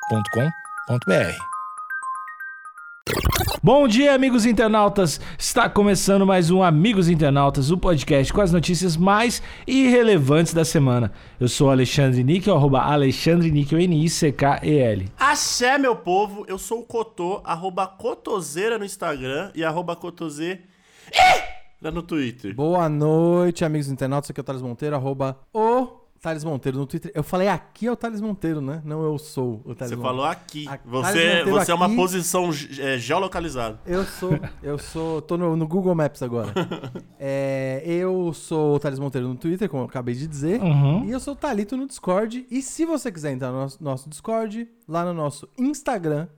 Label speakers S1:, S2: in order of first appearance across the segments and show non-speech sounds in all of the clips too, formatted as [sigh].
S1: agenciadepodcast.com.br.
S2: Bom dia, amigos internautas! Está começando mais um Amigos Internautas, o podcast com as notícias mais irrelevantes da semana. Eu sou Alexandre Níquel, arroba Alexandre Níquel, N-I-C-K-E-L.
S3: Axé, meu povo, eu sou o Cotô, arroba Cotoseira no Instagram e arroba Cotoseira no Twitter.
S4: Boa noite, amigos internautas. Aqui é o Thales Monteiro, arroba o Thales Monteiro no Twitter. Eu falei aqui é o Thales Monteiro, né? Não eu sou o Thales
S3: Você
S4: Monteiro.
S3: falou aqui.
S4: A- Thales
S3: Você,
S4: Monteiro
S3: você é uma
S4: aqui.
S3: posição ge- é, geolocalizada.
S4: Eu sou, eu sou, tô no, no Google
S3: [laughs]
S4: Maps agora. É, eu sou o Thales Monteiro no Twitter, como eu acabei de dizer.
S2: Uhum.
S4: E eu sou o Thalito no Discord. E se você quiser entrar no nosso, nosso Discord, lá no nosso Instagram,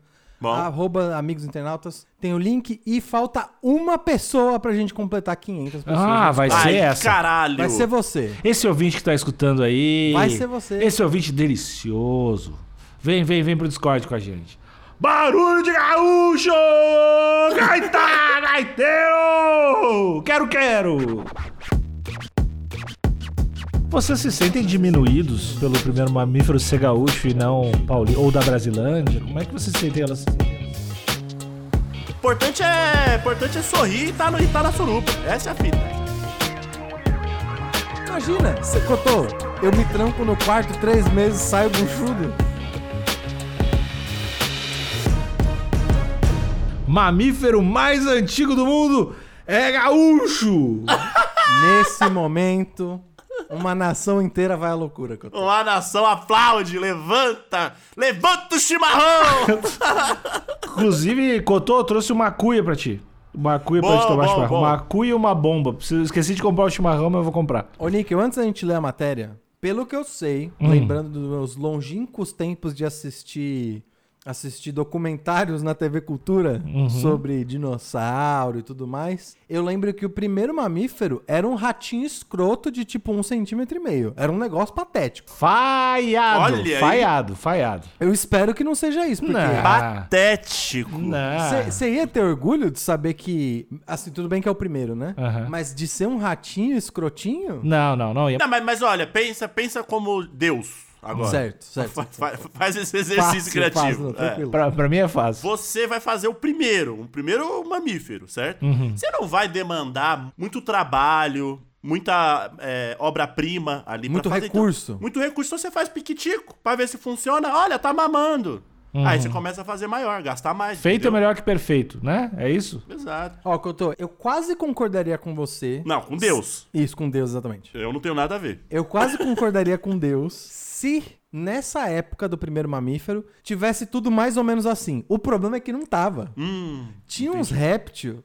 S3: Bom.
S4: arroba amigos internautas, tem o link e falta uma pessoa pra gente completar 500 pessoas.
S2: Ah,
S4: no
S2: vai
S4: Discord.
S2: ser
S3: Ai,
S2: essa.
S3: caralho.
S4: Vai ser você.
S2: Esse ouvinte que tá escutando aí.
S4: Vai ser você.
S2: Esse ouvinte delicioso. Vem, vem, vem pro Discord com a gente. Barulho de gaúcho! Gaita, gaiteiro! Quero, quero! Vocês se sentem diminuídos pelo primeiro mamífero ser gaúcho e não pauli ou da Brasilândia? Como é que vocês sentem elas?
S3: Importante é, importante é sorrir e tá, no, e tá na suruba. Essa é a fita.
S4: Imagina, você cotou, eu me tranco no quarto três meses, saio buchudo.
S2: Mamífero mais antigo do mundo é gaúcho!
S4: Nesse momento, uma nação inteira vai à loucura, Cotô.
S3: Uma nação aplaude, levanta, levanta o
S4: [laughs]
S3: chimarrão.
S2: Inclusive, Cotô, eu trouxe uma cuia pra ti. Uma cuia pra
S3: Boa,
S2: te tomar
S3: boa,
S2: chimarrão.
S3: boa.
S2: Uma cuia e uma bomba. Preciso- Esqueci de comprar o chimarrão, mas eu vou comprar.
S4: Ô, Níquel, antes da gente ler a matéria, pelo que eu sei, lembrando dos meus longínquos tempos de assistir assistir documentários na TV Cultura sobre dinossauro e tudo mais, eu lembro que o primeiro mamífero era um ratinho escroto de tipo um centímetro e meio. Era um negócio patético.
S2: Falhado!
S3: Olha aí.
S2: falhado, falhado.
S4: Eu espero que não seja isso, porque... é
S2: Não.
S3: Patético.
S2: Não.
S4: Você ia ter orgulho de saber que. Assim, tudo bem que é o primeiro, né?
S2: Aham.
S4: Mas de ser um ratinho escrotinho?
S2: Não, não, não. ia-
S3: Não, mas, mas olha, pensa, pensa como Deus agora.
S4: Certo, certo.
S3: Fa- fa- faz esse exercício
S4: Fácil,
S3: criativo.
S4: fácil, não,
S3: É.
S4: tranquilo.
S2: Pra, pra mim é fácil.
S3: Você vai fazer o primeiro, o primeiro mamífero, certo?
S4: Uhum.
S3: Você não vai demandar muito trabalho, muita é, obra-prima ali pra
S4: Muito
S3: fazer.
S4: recurso.
S3: Então, muito recurso, então você faz piquitico pra ver se funciona. Olha, tá mamando.
S4: Uhum.
S3: Aí você começa a fazer maior, gastar mais.
S2: Feito é
S3: entendeu?
S2: melhor que perfeito, né? É isso?
S3: Exato.
S4: Ó, Couto, eu quase concordaria com você.
S3: Não, com Deus.
S4: Isso, com Deus, exatamente.
S3: Eu não tenho nada a ver.
S4: Eu quase concordaria com Deus se, nessa época do primeiro mamífero, tivesse tudo mais ou menos assim. O problema é que não tava.
S3: Hum.
S4: Tinha uns réptil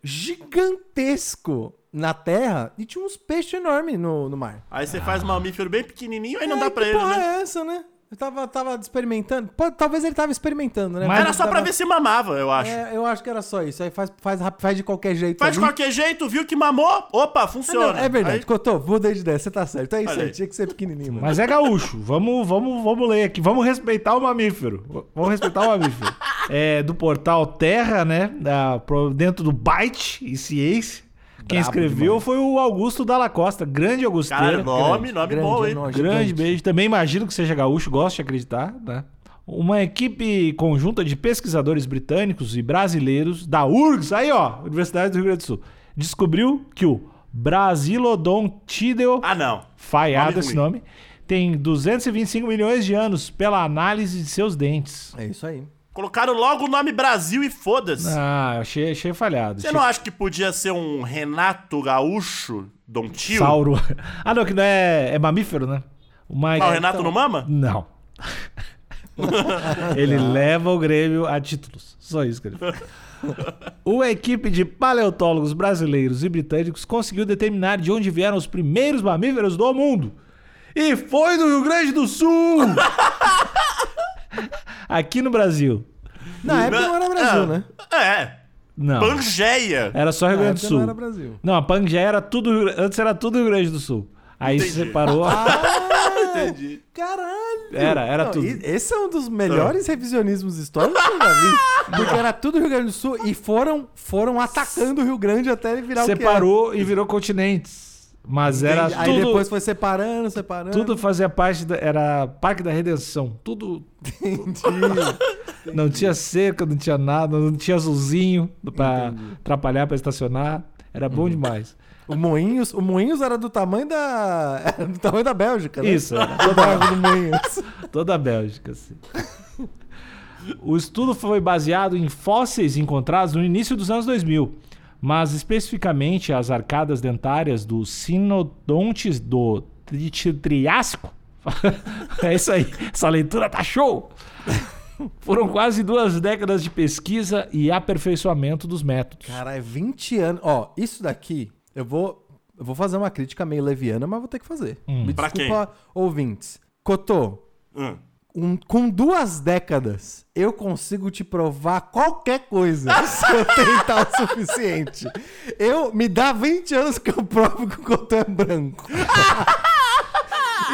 S4: gigantesco na terra e tinha uns peixes enormes no, no mar.
S3: Aí você faz mamífero bem pequenininho, aí não
S4: Ah. É,
S3: dá
S4: que
S3: pra ele,
S4: porra
S3: né?
S4: é essa, né? Eu tava, tava experimentando. Pô, talvez ele tava experimentando, né?
S2: Mas
S3: Era só
S4: tava-
S3: pra ver se mamava, eu acho.
S4: É, eu acho que era só isso. Aí faz, faz, rap- faz de qualquer jeito.
S3: Faz de
S4: ali.
S3: qualquer jeito, viu que mamou, opa,
S4: Ah, não,
S3: funciona.
S4: é verdade.
S3: Aí-
S4: Cotô, mudei de ideia. Você tá certo. É isso
S3: Olha
S4: aí.
S3: aí.
S4: Tinha que ser pequenininho, mano.
S2: Mas é gaúcho. [laughs] Vamos, vamos, vamos ler aqui. Vamos respeitar o mamífero. V- Vamos respeitar o
S3: [laughs]
S2: mamífero. É do portal Terra, né? Da, pro- dentro do Byte e Ciência. Quem escreveu foi o Augusto Dalla Costa, grande Augusteiro.
S3: Caralho, nome, nome
S4: Grande,
S3: bom, hein?
S4: enorme,
S2: Grande
S4: gigante.
S2: beijo. Também imagino que seja gaúcho, gosto de acreditar, né? Uma equipe conjunta de pesquisadores britânicos e brasileiros da URGS, aí ó, Universidade do Rio Grande do Sul, descobriu que o Brasilodontidae
S3: Ah, não.
S2: falhado
S3: Nome
S2: esse
S3: ruim.
S2: nome, tem 225 milhões de anos pela análise de seus dentes.
S4: É isso aí.
S3: Colocaram logo o nome Brasil e foda-se.
S2: Ah, achei, achei falhado.
S3: Você não acha que podia ser um Renato Gaúcho, Dom Tio?
S2: Sauro. [laughs] Ah, não, que não é, é mamífero, né? Mas,
S3: Ah, o Renato não mama?
S4: [laughs]
S2: Não. ele leva o Grêmio a títulos. Só isso que ele faz. Uma equipe de paleontólogos brasileiros e britânicos conseguiu determinar de onde vieram os primeiros mamíferos do mundo. E foi do Rio Grande do
S4: [laughs]
S2: Sul! Aqui no Brasil.
S4: Na época não era Brasil,
S3: Ah,
S4: né?
S3: É.
S2: Não.
S3: Pangeia.
S2: Era só Rio
S4: Na
S2: Grande do
S4: época Ah, então não
S2: Sul.
S3: [laughs]
S4: era Brasil.
S2: Não, a Pangeia era tudo. Rio- Antes era tudo Rio Grande do Sul. Aí
S3: Entendi.
S2: separou.
S4: Ah,
S3: Entendi.
S4: Caralho!
S2: Era, era
S4: Não,
S2: tudo.
S4: e- Esse é um dos
S3: Ah.
S4: melhores revisionismos históricos que eu já vi. Porque era tudo Rio Grande do tá, Sul e foram, foram atacando o Rio Grande até ele virar o que era.
S2: separou e virou continentes. Mas era
S4: Aí
S2: tudo,
S4: depois foi separando, separando.
S2: tudo fazia parte da, era Parque da Redenção. Tudo não tinha cerca, não tinha nada, não tinha azulzinho pra atrapalhar pra estacionar. Era bom demais.
S4: O Moinhos, o Moinhos era do tamanho da. Era do tamanho da Bélgica, né?
S2: Isso, era
S4: Toda a árvore do Moinhos.
S2: Toda a Bélgica, sim. [laughs] O estudo foi baseado em fósseis encontrados no início dos anos 2000, mas especificamente as arcadas dentárias dos sinodontes do tri- tri- Triássico. [laughs] É isso aí, essa leitura tá show! Foram quase duas décadas de pesquisa e aperfeiçoamento dos métodos.
S4: Cara, é 20 anos. Ó, isso daqui, eu vou. Eu vou fazer uma crítica meio leviana, mas vou ter que fazer.
S2: Hum.
S4: Me
S3: Pra
S4: desculpa, ouvintes. Cotô,
S3: Hum.
S4: um- com duas décadas, eu consigo te provar qualquer coisa [laughs] se eu tentar o suficiente. Eu me dá 20 anos que eu provo que o Cotô é branco. [laughs]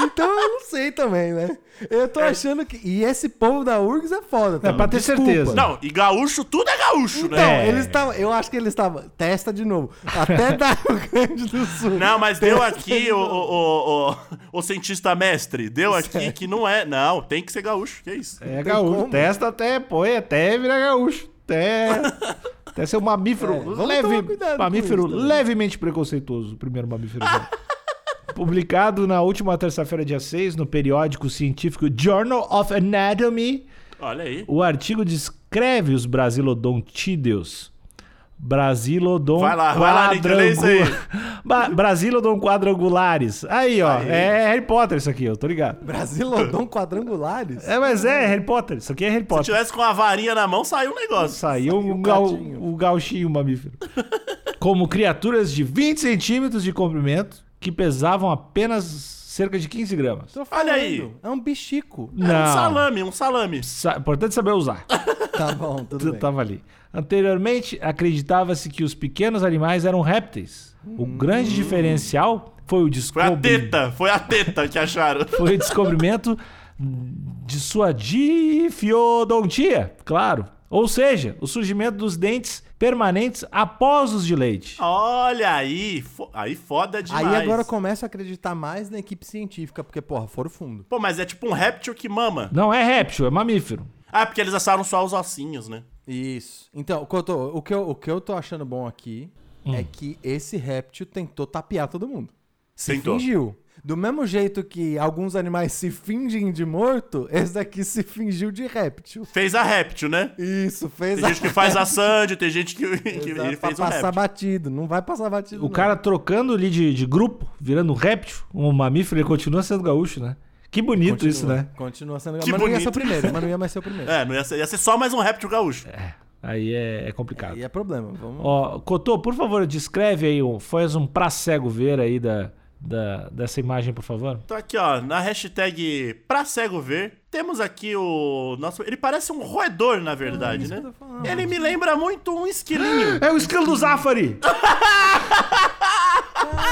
S4: Então eu não sei também, né? Eu tô achando que. E esse povo da URGS é foda, tá?
S2: É. pra ter certeza. né?
S3: Não, e gaúcho, tudo é gaúcho,
S4: Então,
S3: né?
S2: É.
S4: eles estavam. Eu acho que eles estavam. Testa de novo. Até [laughs] da Rio Grande do Sul.
S3: Não, mas deu
S4: Testa
S3: aqui
S4: de
S3: o,
S4: novo.
S3: o, o, o- o cientista mestre. Deu aqui que não é. Não, tem que ser gaúcho, que é isso.
S2: É
S4: tem
S2: gaúcho.
S4: como.
S2: Testa até, põe até virar gaúcho. Até, até ser um mamífero
S4: É, vamos tomar
S2: leve,
S4: cuidado com
S2: mamífero
S4: isso também.
S2: levemente preconceituoso, o primeiro mamífero. já. Publicado na última terça-feira, dia 6, no periódico científico Journal of Anatomy,
S3: Olha aí.
S2: o artigo descreve os brasilodontídeos. Brasilodon
S3: Vai lá, vai lá, Nick, lê isso aí.
S2: [laughs] Ba- Brasilodon quadrangulares. Aí, ó, é Harry Potter isso aqui, eu tô ligado.
S4: Brasilodon quadrangulares?
S2: É, mas é Harry Potter, isso aqui é Harry
S3: Se
S2: Potter.
S3: tivesse com a varinha na mão, saiu um negócio.
S2: Saiu
S4: Saiu
S2: o,
S4: um
S2: gal,
S4: gatinho.
S2: o gauchinho mamífero. Como criaturas de 20 centímetros de comprimento que pesavam apenas cerca de 15 gramas. [laughs]
S4: Tô
S3: Olha aí.
S4: falando, É um bichico.
S3: É um salame, um salame.
S2: Sa- Importante saber usar.
S4: Tá bom, tudo bem.
S2: Tava ali. Anteriormente, acreditava-se que os pequenos animais eram répteis. O grande diferencial foi o
S3: Foi a
S2: descobrimento.
S3: teta, foi a teta que acharam.
S2: Foi o descobrimento de sua difiodontia, claro. Ou seja, o surgimento dos dentes permanentes após os de leite.
S3: Olha aí. fo- Aí foda demais.
S4: Aí agora eu começo a acreditar mais na equipe científica, porque, porra, foram fundo.
S3: Pô, mas é tipo um réptil que mama.
S2: Não é réptil, é mamífero.
S3: Ah, porque eles assaram só os ossinhos, né?
S4: Isso. Então, Cotô, o que eu, o que eu tô achando bom aqui
S2: Hum.
S4: é que esse réptil tentou tapear todo mundo. Se
S3: Tentou.
S4: fingiu. Do mesmo jeito que alguns animais se fingem de morto, esse daqui se fingiu de réptil.
S3: Fez a réptil, né?
S4: Isso, fez
S3: Tem gente que faz a Sandy, tem gente que, [laughs] que ele
S4: Exato, pra
S3: fez o
S4: passar
S3: réptil.
S4: batido. Não vai passar batido.
S2: O
S4: não.
S2: cara trocando ali de, de grupo, virando um réptil, um mamífero, ele continua sendo gaúcho, né? Que bonito
S4: Continua,
S2: isso, né?
S4: Continua sendo.
S3: Que
S4: mas não ia ser o
S3: bonito.
S4: primeiro. Mas não ia mais ser o
S3: [laughs]
S4: primeiro.
S3: É, não ia ser, ia ser só mais um réptil gaúcho.
S2: Aí é, é complicado.
S4: Aí é problema. Vamos...
S2: Ó, Cotô, por favor, descreve aí, um- faz um pra cego ver aí da, da- dessa imagem, por favor.
S3: Então aqui, ó, na hashtag pra cego ver, temos aqui o nosso... Ele parece um roedor, na verdade, né? Ele me lembra muito um
S4: [gasps]
S3: esquilinho.
S2: É o esquilo do Zafari!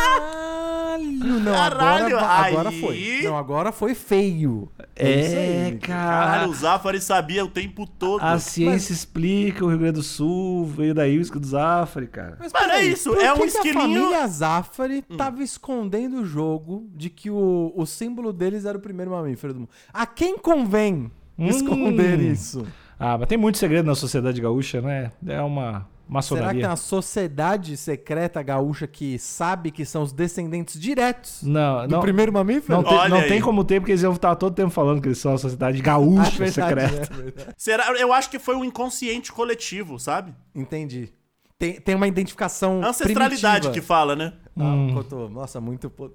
S4: Caralho, não,
S3: Caralho,
S4: agora, agora
S3: aí-
S4: foi. Não, agora foi feio. isso aí,
S2: É,
S4: Nick.
S3: Caralho,
S2: cara.
S3: o Zafari sabia o tempo todo.
S4: Ah,
S2: A ciência explica o Rio Grande do Sul, veio daí o esquilo do Zafari, cara.
S4: Mas
S3: Mano,
S4: peraí,
S3: é isso,
S4: por
S3: é
S4: que
S3: um
S4: que
S3: esquilinho- Hum.
S4: A família Zafari tava escondendo o jogo de que o, o símbolo deles era o primeiro mamífero do mundo. A quem convém
S2: Hum.
S4: esconder isso?
S2: Ah, mas tem muito segredo na sociedade gaúcha, né? É uma maçonaria.
S4: Será que tem uma sociedade secreta gaúcha que sabe que são os descendentes diretos
S2: Não,
S4: do
S2: não.
S4: primeiro mamífero?
S2: Não, tem,
S3: Olha
S2: não
S3: aí.
S2: tem como ter, porque eles iam estar todo tempo falando que eles são a sociedade
S4: Ah,
S2: gaúcha
S4: verdade,
S2: secreta.
S4: é verdade.
S3: Será? Eu acho que foi um inconsciente coletivo, sabe?
S4: Entendi. Tem, tem uma identificação.
S3: Ancestralidade
S4: tipo, primitiva.
S3: que fala, né?
S4: Ah, Cotô, nossa, muito, po...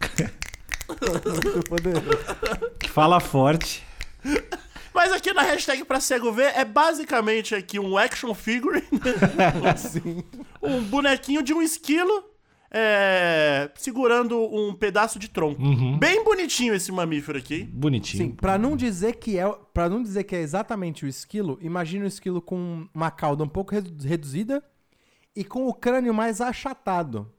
S4: [laughs] muito poderoso.
S2: Que fala forte.
S3: Mas aqui na hashtag pra cego ver é basicamente aqui um action figure,
S4: [laughs] Sim.
S3: um bonequinho de um esquilo é, segurando um pedaço de tronco.
S4: Uhum.
S3: Bem bonitinho esse mamífero aqui.
S2: Bonitinho.
S4: Sim, Assim, pra não dizer que é, para não dizer que é exatamente o esquilo, imagina o esquilo com uma cauda um pouco redu- reduzida e com o crânio mais achatado.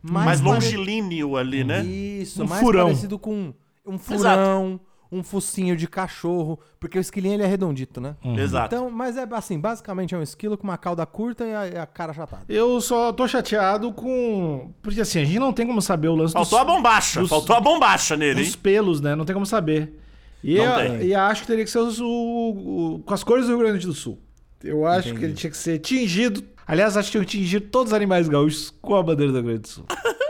S3: Mais
S4: pare-
S3: longilíneo ali, né?
S4: Isso,
S2: Um
S4: mais
S2: furão.
S4: parecido com um furão, um focinho de cachorro, porque o esquilinho ele é redondito, né?
S3: Exato.
S4: Então, mas é assim, basicamente é um esquilo com uma cauda curta e a, e a cara chatada.
S2: Eu só tô chateado com. Porque assim, a gente não tem como saber o lance
S3: faltou a bombacha,
S2: dos-
S3: faltou a bombacha nele,
S2: dos
S3: hein?
S2: pelos, né? Não tem como saber. E,
S3: Não
S2: eu,
S3: tem.
S2: e acho que teria que ser os- o- o- com as cores do Rio Grande do Sul. Eu acho que ele tinha que ser tingido. Aliás, acho que tinha que tingir todos os animais gaúchos com a bandeira do Rio Grande do Sul.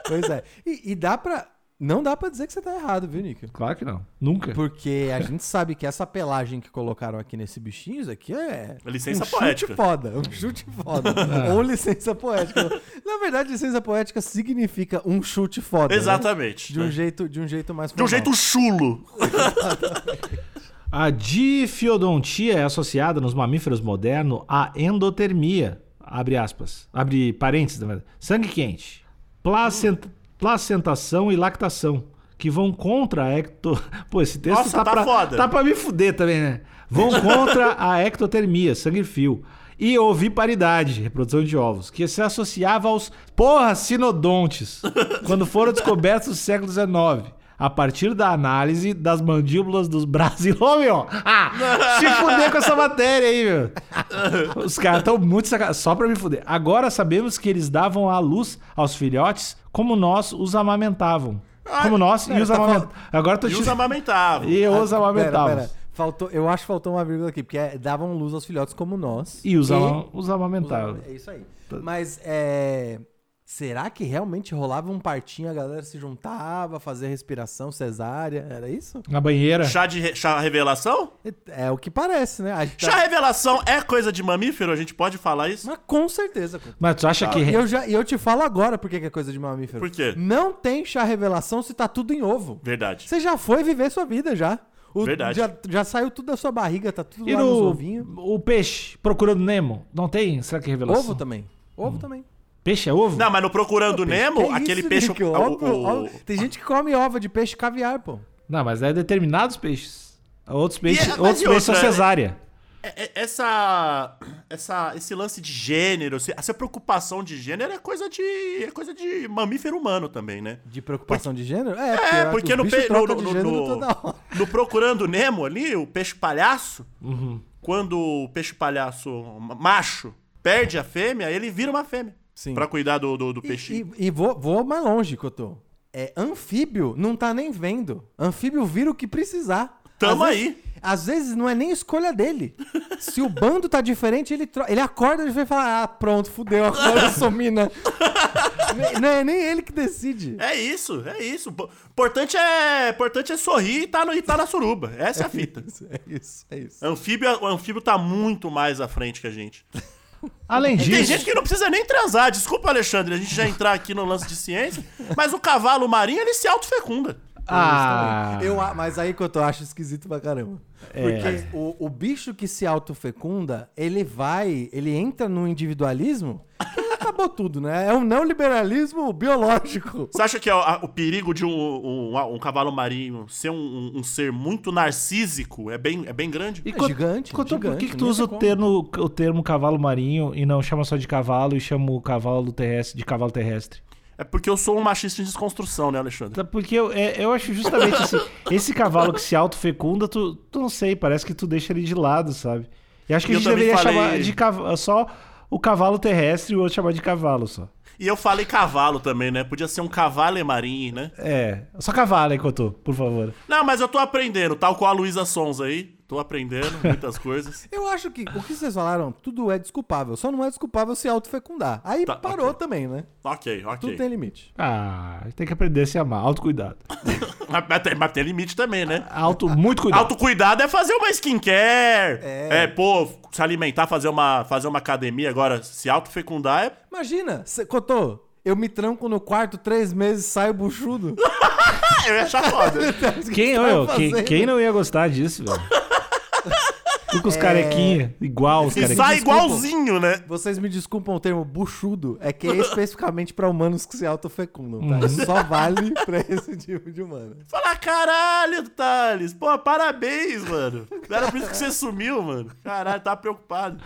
S4: Pois é. E, e dá pra. Não dá pra dizer que você tá errado, viu, Nick?
S2: Claro que não. Nunca.
S4: Porque a gente sabe que essa pelagem que colocaram aqui nesse bichinho, isso aqui é.
S3: A licença
S4: um
S3: poética.
S4: Chute foda, um chute foda. Ou licença poética. Na verdade, licença poética significa um chute foda. né?
S3: Exatamente.
S4: De um, jeito, de um jeito mais
S3: De um
S4: formal.
S3: jeito chulo.
S2: A difiodontia é associada nos mamíferos modernos à endotermia. Abre aspas. Abre parênteses, na verdade. Sangue quente. placent- placentação e lactação. Que vão contra a ecto... [laughs] Pô, esse texto
S3: Nossa,
S2: tá,
S3: tá
S2: pra,
S3: foda.
S2: tá pra me fuder também, né?
S4: [laughs]
S2: Vão contra a ectotermia, sangue frio. E oviparidade, reprodução de ovos, que se associava aos, porra,
S4: [laughs]
S2: sinodontes, quando foram descobertos no século XIX, a partir da análise das mandíbulas dos [laughs] brasileiros. ó. Ah, se fuder com essa matéria aí, meu. Os caras estão muito saca... Só pra me fuder. Agora sabemos que eles davam à luz aos filhotes como nós os amamentavam. Como nós e
S4: pera,
S2: os
S4: tá
S2: amamentavam. Agora eu tô
S3: E
S2: te...
S3: os amamentavam.
S2: E
S4: Ah,
S2: os amamentavam.
S4: pera, pera. Faltou, eu acho que faltou uma vírgula aqui, porque é, davam luz aos filhotes como nós.
S2: E os, ama- os amamentavam.
S4: É isso aí. Mas é. Será que realmente rolava um partinho, a galera se juntava, fazia respiração cesárea? Era isso?
S2: Na banheira.
S3: Chá de re- chá revelação?
S4: É o que parece, né? A gente tá-
S3: Chá revelação é coisa de mamífero? A gente pode falar isso?
S4: Mas com certeza. com-
S2: Mas tu acha que.
S4: E Ah, eu, já, e eu te falo agora por que que é coisa de mamífero.
S3: Por quê?
S4: Não tem chá revelação se tá tudo em ovo.
S3: Verdade.
S4: Você já foi viver sua vida já. O-
S3: Verdade.
S4: Já, já saiu tudo da sua barriga, tá tudo
S2: E
S4: lá nos
S2: no,
S4: ovinhos.
S2: o peixe procurando Nemo? Não tem? Será que é revelação?
S4: Ovo tá? também. Ovo também.
S2: Peixe é ovo?
S3: Não, mas no Procurando Nemo,
S4: Que
S3: aquele
S4: isso,
S3: peixe.
S4: Nick?
S3: o-
S4: Ovo,
S3: o-
S4: ovo. Tem gente que come ova de peixe caviar, pô.
S2: Não, mas é determinados peixes. Outros peixes,
S3: mas
S2: outros
S3: e
S2: peixes são
S3: outra?
S2: cesárea.
S3: é- é- essa, essa, esse lance de gênero, esse- essa preocupação de gênero é coisa de, é coisa de mamífero humano também, né?
S4: De preocupação de gênero? É,
S3: É,
S4: os
S3: porque no,
S4: bichos
S3: pe... no, no,
S4: trocam de
S3: no,
S4: gênero
S3: no-
S4: toda hora.
S3: no Procurando Nemo ali, o peixe palhaço, quando o peixe palhaço macho perde a fêmea, ele vira uma fêmea.
S4: Sim.
S3: Pra cuidar do, do, do peixe.
S4: E, e- e vou, vou mais longe, Cotô. É, anfíbio não tá nem vendo. Anfíbio vira o que precisar.
S3: Tamo
S4: Às vezes-
S3: aí.
S4: às vezes não é nem escolha dele. Se o bando tá diferente, ele, tro- ele acorda e vai falar: Ah, pronto, fudeu, agora eu
S3: [laughs]
S4: sou mina. Nem- não é nem ele que decide.
S3: É isso, é isso. Po- Importante é, importante é sorrir e tá, no, e tá na suruba. Essa é a fita.
S4: Isso, [laughs] é isso, é isso.
S3: Anfíbio, o anfíbio tá muito mais à frente que a gente.
S2: Além
S3: E Tem gente
S2: disso,
S3: que não precisa nem transar. Desculpa, Alexandre, a gente já entrar aqui no lance de ciência, mas o cavalo marinho, ele se autofecunda.
S2: ah,
S4: É Eu, a- mas aí que eu tô, acho esquisito pra caramba.
S2: É.
S4: Porque o, o bicho que se autofecunda, ele vai, ele entra no individualismo que acabou tudo, né? É um neoliberalismo biológico.
S3: Você acha que é o, a- o perigo de um, um- um cavalo marinho ser um, um- um ser muito narcísico é bem, é bem grande?
S2: E
S4: É gigante,
S2: Cotô, por
S4: gigante,
S2: que, que tu
S4: não
S2: usa
S4: tem
S2: o
S4: como.
S2: termo, o termo cavalo marinho e não chama só de cavalo e chama o cavalo terrestre de cavalo terrestre?
S3: É porque eu sou um machista em desconstrução, né, Alexandre?
S2: Tá, Porque eu, é- eu acho justamente esse, esse cavalo que se autofecunda, tu, tu não sei, parece que tu deixa ele de lado, sabe? E acho que
S3: Eu
S2: a gente
S3: também
S2: deveria
S3: falei-
S2: chamar de cavalo, só o cavalo terrestre e o outro chamar de cavalo só.
S3: E eu falei cavalo também, né? Podia ser um cavalo marinho, né?
S2: É, só cavalo, hein, Cotô, por favor.
S3: Não, mas eu tô aprendendo, tal qual a Luísa Sons aí. Tô aprendendo muitas coisas. [laughs]
S4: Eu acho que o que vocês falaram, tudo é desculpável. Só não é desculpável se autofecundar. Aí
S3: Tá,
S4: parou
S3: ok.
S4: também, né?
S3: Ok,
S4: Tudo
S3: ok.
S4: tem limite.
S2: Ah, tem que aprender a se amar. Autocuidado.
S3: Mas, mas tem, mas tem limite também, né?
S2: Alto, muito cuidado.
S3: Autocuidado é fazer uma skincare. É, pô, se alimentar, fazer uma, fazer uma academia. Agora, se autofecundar é.
S4: Imagina, cê, Cotô, eu me tranco no quarto três meses, saio
S3: [laughs]
S4: buchudo.
S3: Ah, eu ia achar foda.
S2: [laughs] [laughs] Quem,
S3: [laughs]
S4: tá
S2: eu, quem,
S4: fazendo?
S2: quem não ia gostar disso, velho? Tu com os carequinha, igual os
S3: E
S2: carequinha.
S3: sai
S4: desculpa.
S3: igualzinho, né?
S4: Vocês me desculpam o termo buchudo, é que é especificamente pra humanos que se autofecundam, tá?
S2: Uhum.
S4: Isso Só vale pra esse tipo de humano.
S3: Fala, "Ah, caralho, Thales. Pô, parabéns, mano. Era por isso que você sumiu, mano. Caralho, tava preocupado.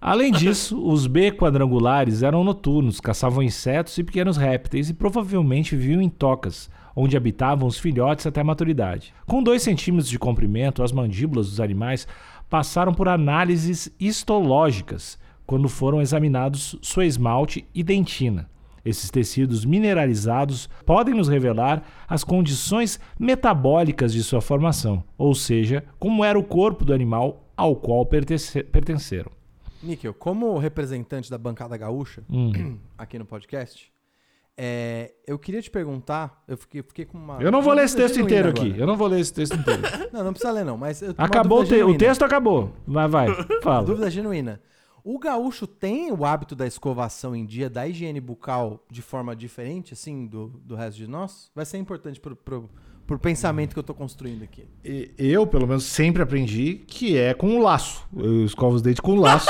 S2: Além disso, os B quadrangulares eram noturnos, caçavam insetos e pequenos répteis e provavelmente viviam em tocas, onde habitavam os filhotes até a maturidade. Com 2 centímetros de comprimento, as mandíbulas dos animais passaram por análises histológicas quando foram examinados sua esmalte e dentina. Esses tecidos mineralizados podem nos revelar as condições metabólicas de sua formação, ou seja, como era o corpo do animal ao qual pertence- pertenceram.
S4: Níquel, como representante da bancada gaúcha
S2: Hum.
S4: [clears throat] aqui no podcast, é, eu queria te perguntar. Eu fiquei, fiquei com uma.
S2: Eu não vou
S4: uma
S2: ler esse
S4: dúvida
S2: texto inteiro
S4: genuína
S2: aqui.
S4: agora.
S2: Eu não vou ler esse texto inteiro.
S4: Não, não precisa ler, não. Mas eu- uma
S2: Acabou o,
S4: dúvida
S2: te- o
S4: genuína.
S2: texto, acabou. Vai, vai. Fala.
S4: Dúvida genuína. O gaúcho tem o hábito da escovação em dia, da higiene bucal de forma diferente, assim, do, do resto de nós? Vai ser importante pro, pro, pro pensamento que eu tô construindo aqui.
S2: E- Eu, pelo menos, sempre aprendi que é com o laço. Eu escovo os dentes com o [laughs] laço.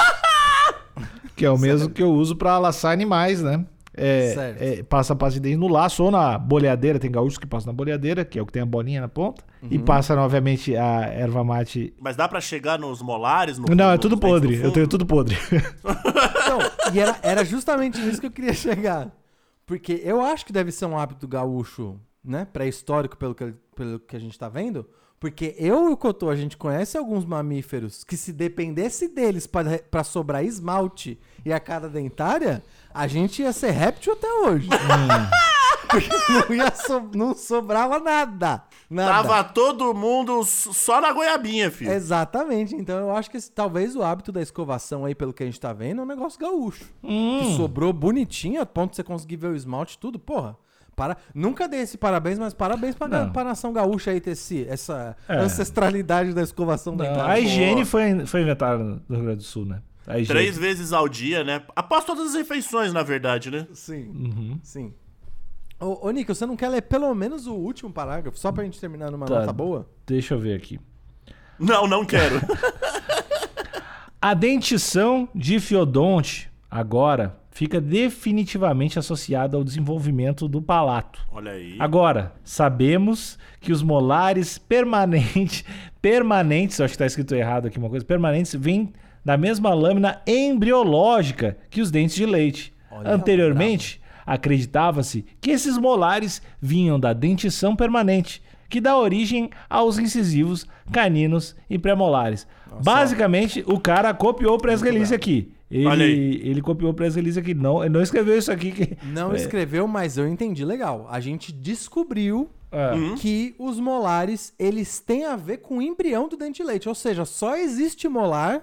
S2: que é o mesmo que eu uso pra laçar animais, né? É,
S4: Certo.
S2: é, passa a pasta de dente no laço ou na boleadeira. Tem gaúchos que passam na boleadeira, que é o que tem a bolinha na ponta. E passa, obviamente, a erva mate.
S3: Mas dá pra chegar nos molares? No
S2: Não,
S3: fundo,
S2: é tudo
S3: nos dentes
S2: podre.
S3: no
S2: Eu tenho
S3: fundo?
S2: tudo podre.
S4: Então, e era, era justamente nisso que eu queria chegar. Porque eu acho que deve ser um hábito gaúcho, né? Pré-histórico, pelo que, pelo que a gente tá vendo. Porque eu e o Cotô, a gente conhece alguns mamíferos que se dependesse deles pra pra sobrar esmalte e a cara dentária, a gente ia ser réptil até hoje. [laughs] Porque não, ia so- não sobrava nada. nada.
S3: Tava todo mundo s- só na goiabinha, filho.
S4: Exatamente. Então eu acho que esse- talvez o hábito da escovação aí, pelo que a gente tá vendo, é um negócio gaúcho.
S2: Hum.
S4: Que sobrou bonitinho, a ponto de você conseguir ver o esmalte e tudo, porra. Para... Nunca dei esse parabéns, mas parabéns pra, ga-
S2: Não.
S4: pra nação gaúcha aí ter esse, essa
S2: É.
S4: ancestralidade da escovação dentária.
S2: a higiene foi, foi inventada no Rio Grande do Sul, né? A higiene.
S3: Três vezes ao dia, né? Após todas as refeições, na verdade, né?
S4: Sim.
S2: Uhum.
S4: Sim. Ô, ô Nico, você não quer ler pelo menos o último parágrafo, só pra gente terminar numa
S2: Tá.
S4: nota boa?
S2: Deixa eu ver aqui.
S3: Não,
S2: [laughs]
S3: não quero.
S2: A dentição de Fiodonte agora fica definitivamente associada ao desenvolvimento do palato.
S3: Olha aí.
S2: Agora, sabemos que os molares permanentes, [laughs] permanentes, eu acho que está escrito errado aqui uma coisa, permanentes vêm da mesma lâmina embriológica que os dentes de leite.
S4: Olha,
S2: Anteriormente, acreditava-se que esses molares vinham da dentição permanente, que dá origem aos incisivos caninos e premolares. Basicamente, o cara copiou o press release aqui. Ele,
S3: Olha aí.
S2: ele copiou o press release aqui. Não, ele não escreveu isso aqui. Que... [laughs]
S3: É.
S4: Não escreveu, mas eu entendi legal. A gente descobriu
S2: Ah.
S3: Uhum.
S4: que os molares eles têm a ver com o embrião do dente de leite. Ou seja, só existe molar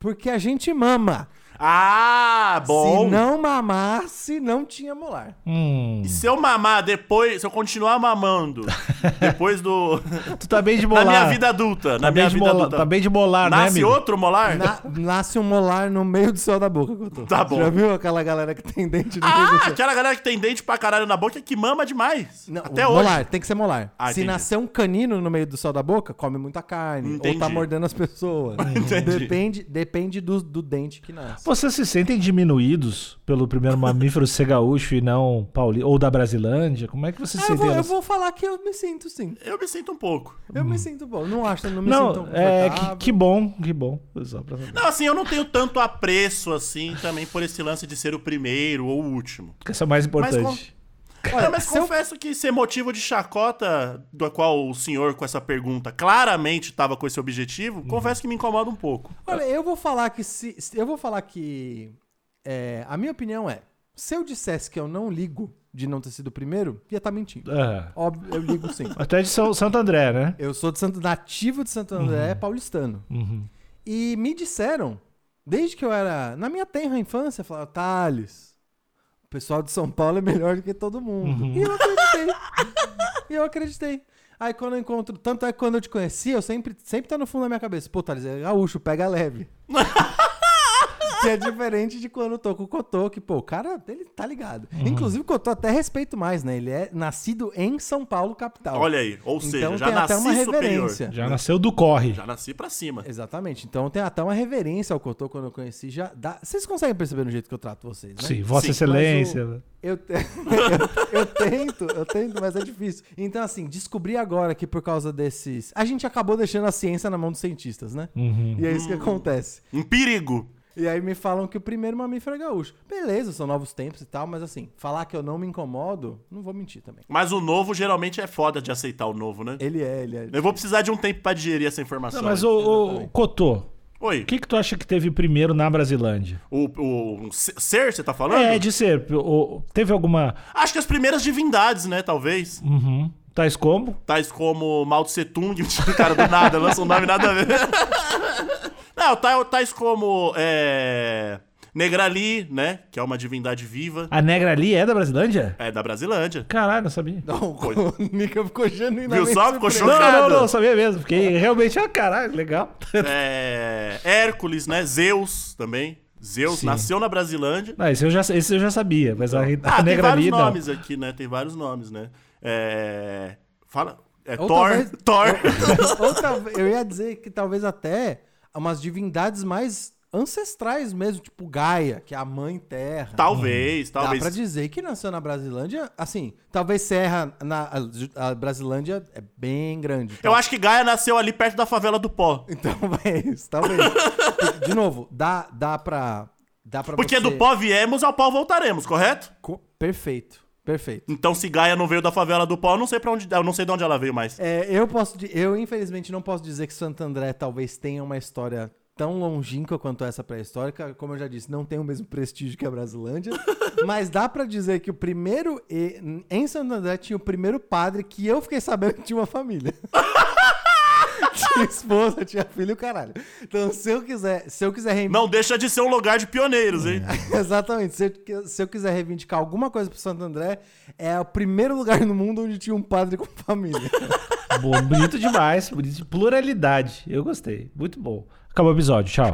S4: porque a gente mama.
S3: Ah, bom.
S4: Se não mamasse, não tinha molar.
S2: Hum.
S3: E se eu mamar depois, se eu continuar mamando,
S2: [laughs]
S3: depois do.
S2: Tu tá bem de
S3: na
S2: molar.
S3: minha vida adulta. na
S2: Tá
S3: minha
S2: bem de
S3: vida
S2: molar,
S3: adulta.
S2: tá bem de molar, né,
S3: Nasce
S2: amigo?
S3: outro molar?
S4: Na- nasce um molar no meio do céu da boca, Couto.
S3: Tá bom.
S4: Já viu aquela galera que tem dente no meio do
S3: Ah,
S4: céu?
S3: aquela galera que tem dente pra caralho na boca que mama demais.
S4: Não,
S3: Até hoje.
S4: molar, tem que ser molar.
S3: Ah,
S4: Se
S3: entendi.
S4: nascer um canino no meio do céu da boca, come muita carne. Ou tá
S3: Entendi.
S4: mordendo as pessoas.
S3: [laughs] Entendi.
S4: Depende, depende do, do dente que nasce.
S2: Vocês se sentem diminuídos pelo primeiro mamífero ser gaúcho e não paulista? Ou da Brasilândia? Como é que vocês se
S4: Ah, eu,
S2: sentem?
S4: vou, eu
S2: nessa-
S4: vou falar que eu me sinto sim.
S3: Eu me sinto um pouco.
S4: Eu me sinto bom. Não acho, não me sinto
S2: Não,
S4: tão
S2: é, que,
S4: confortável.
S2: que bom, que bom. Só pra saber.
S3: Não, assim, eu não tenho tanto apreço, assim, também por esse lance de ser o primeiro ou o último.
S2: Porque Essa é a mais importante.
S3: Não, mas
S4: se eu-
S3: confesso que ser motivo de chacota, do qual o senhor com essa pergunta claramente estava com esse objetivo,
S4: Uhum.
S3: confesso que me incomoda um pouco.
S4: Olha, eu vou falar que se. se- Eu vou falar que. é, a minha opinião é: se eu dissesse que eu não ligo de não ter sido o primeiro, ia estar mentindo.
S2: Ah,
S4: Óbvio, eu ligo sim.
S2: Até de São, Santo André, né?
S4: Eu sou de Santo, nativo de Santo André, paulistano.
S2: Uhum.
S4: E me disseram, desde que eu era. Na minha tenra infância, falaram, Thales, o pessoal de São Paulo é melhor do que todo mundo. E eu acreditei. e eu acreditei. Aí quando eu encontro. Tanto é que quando eu te conheci, eu sempre, sempre tá no fundo da minha cabeça. Pô, Thales, é gaúcho, pega leve. que é diferente de quando eu tô com o Cotô, que, pô, o cara, ele tá ligado. Inclusive, o Cotô até respeito mais, né? Ele é nascido em São Paulo, capital. Então
S3: Olha aí, ou seja, já
S4: tem até uma
S3: nasci superior.
S4: reverência.
S2: Já nasceu do corre.
S3: Já nasci pra cima.
S4: Exatamente. Então tem até uma reverência ao Cotô quando eu conheci. Já dá... Vocês conseguem perceber no jeito que eu trato vocês, né?
S2: Sim, Vossa
S3: Sim, mas
S2: Excelência.
S4: Eu, te- [laughs] eu, eu tento, eu tento, mas é difícil. Então, assim, descobri agora que por causa
S3: Uhum.
S4: desses. A gente acabou deixando a ciência na mão dos cientistas, né? E é isso que acontece.
S3: Um perigo.
S4: E aí me falam que o primeiro mamífero é gaúcho. Beleza, são novos tempos e tal, mas assim, falar que eu não me incomodo, não vou mentir também.
S3: Mas o novo geralmente é foda de aceitar o novo, né?
S4: Ele é, ele é.
S3: Eu vou precisar de um tempo pra digerir essa informação.
S2: Não, mas
S3: né?
S2: o, o Cotô,
S3: Oi,
S2: o que, que tu acha que teve primeiro na Brasilândia?
S3: o, o, um ser, ser, você tá falando?
S2: É, de ser. o- teve alguma.
S3: Acho que as primeiras divindades, né, talvez.
S2: Uhum. Tais como?
S3: Tais como Mao Tse Tung, [laughs] é cara, do nada, lança um nome nada a ver. [laughs] Não, ta- tais como é, Negrali, né, que é uma divindade viva,
S2: A negra ali é da Brasilândia?
S3: é
S2: [laughs]
S3: da Brasilândia.
S2: Caralho, não sabia.
S4: Não, [laughs] o Nika ficou
S3: Viu
S4: genuinamente
S3: só? Ficou
S4: surpreso.
S2: Não,
S3: Chocado.
S2: não, não, sabia mesmo. Fiquei realmente, ah, caralho, legal.
S3: É, Hércules, né, Zeus também. Zeus
S2: Sim.
S3: nasceu na Brasilândia.
S2: [laughs] Não, esse eu já, esse eu já sabia, mas a, a
S3: Ah, tem
S2: negra
S3: vários
S2: ali não.
S3: nomes aqui, né, tem vários nomes, né. É, fala... É
S4: Ou
S3: Thor,
S4: talvez-
S3: [laughs] Thor.
S4: Ou talve- eu ia dizer que talvez até umas divindades mais ancestrais mesmo, tipo Gaia, que é a mãe terra.
S3: Talvez, talvez.
S4: Dá pra dizer que nasceu na Brasilândia, assim, talvez Serra na a, a Brasilândia é bem grande.
S3: Eu acho que Gaia nasceu ali perto da favela do pó.
S4: Então [laughs] é isso, talvez. De novo, dá, dá pra. Dá pra
S3: Porque é
S4: você-
S3: do pó viemos, ao pó voltaremos, correto?
S4: Co- Perfeito, perfeito.
S3: Então se Gaia não veio da favela do pó, eu não sei para onde, eu não sei de onde ela veio mais.
S4: É, eu posso. di- Eu, infelizmente, não posso dizer que Santo André talvez tenha uma história tão longínqua quanto essa pré-histórica. Como eu já disse, não tem o mesmo prestígio que a Brasilândia. mas dá pra dizer que o primeiro. e- Em Santo André tinha o primeiro padre que eu fiquei sabendo que tinha uma família. tinha esposa, tinha filho, e o caralho. Então, se eu quiser, se eu quiser reivindicar.
S3: Não deixa de ser um lugar de pioneiros, hein?
S4: [laughs] Exatamente. Se eu, se eu quiser reivindicar alguma coisa pro Santo André, é o primeiro lugar no mundo onde tinha um padre com família.
S2: Bo- Bonito demais, bonito. de Pluralidade. Eu gostei. Muito bom. Acabou o episódio. Tchau.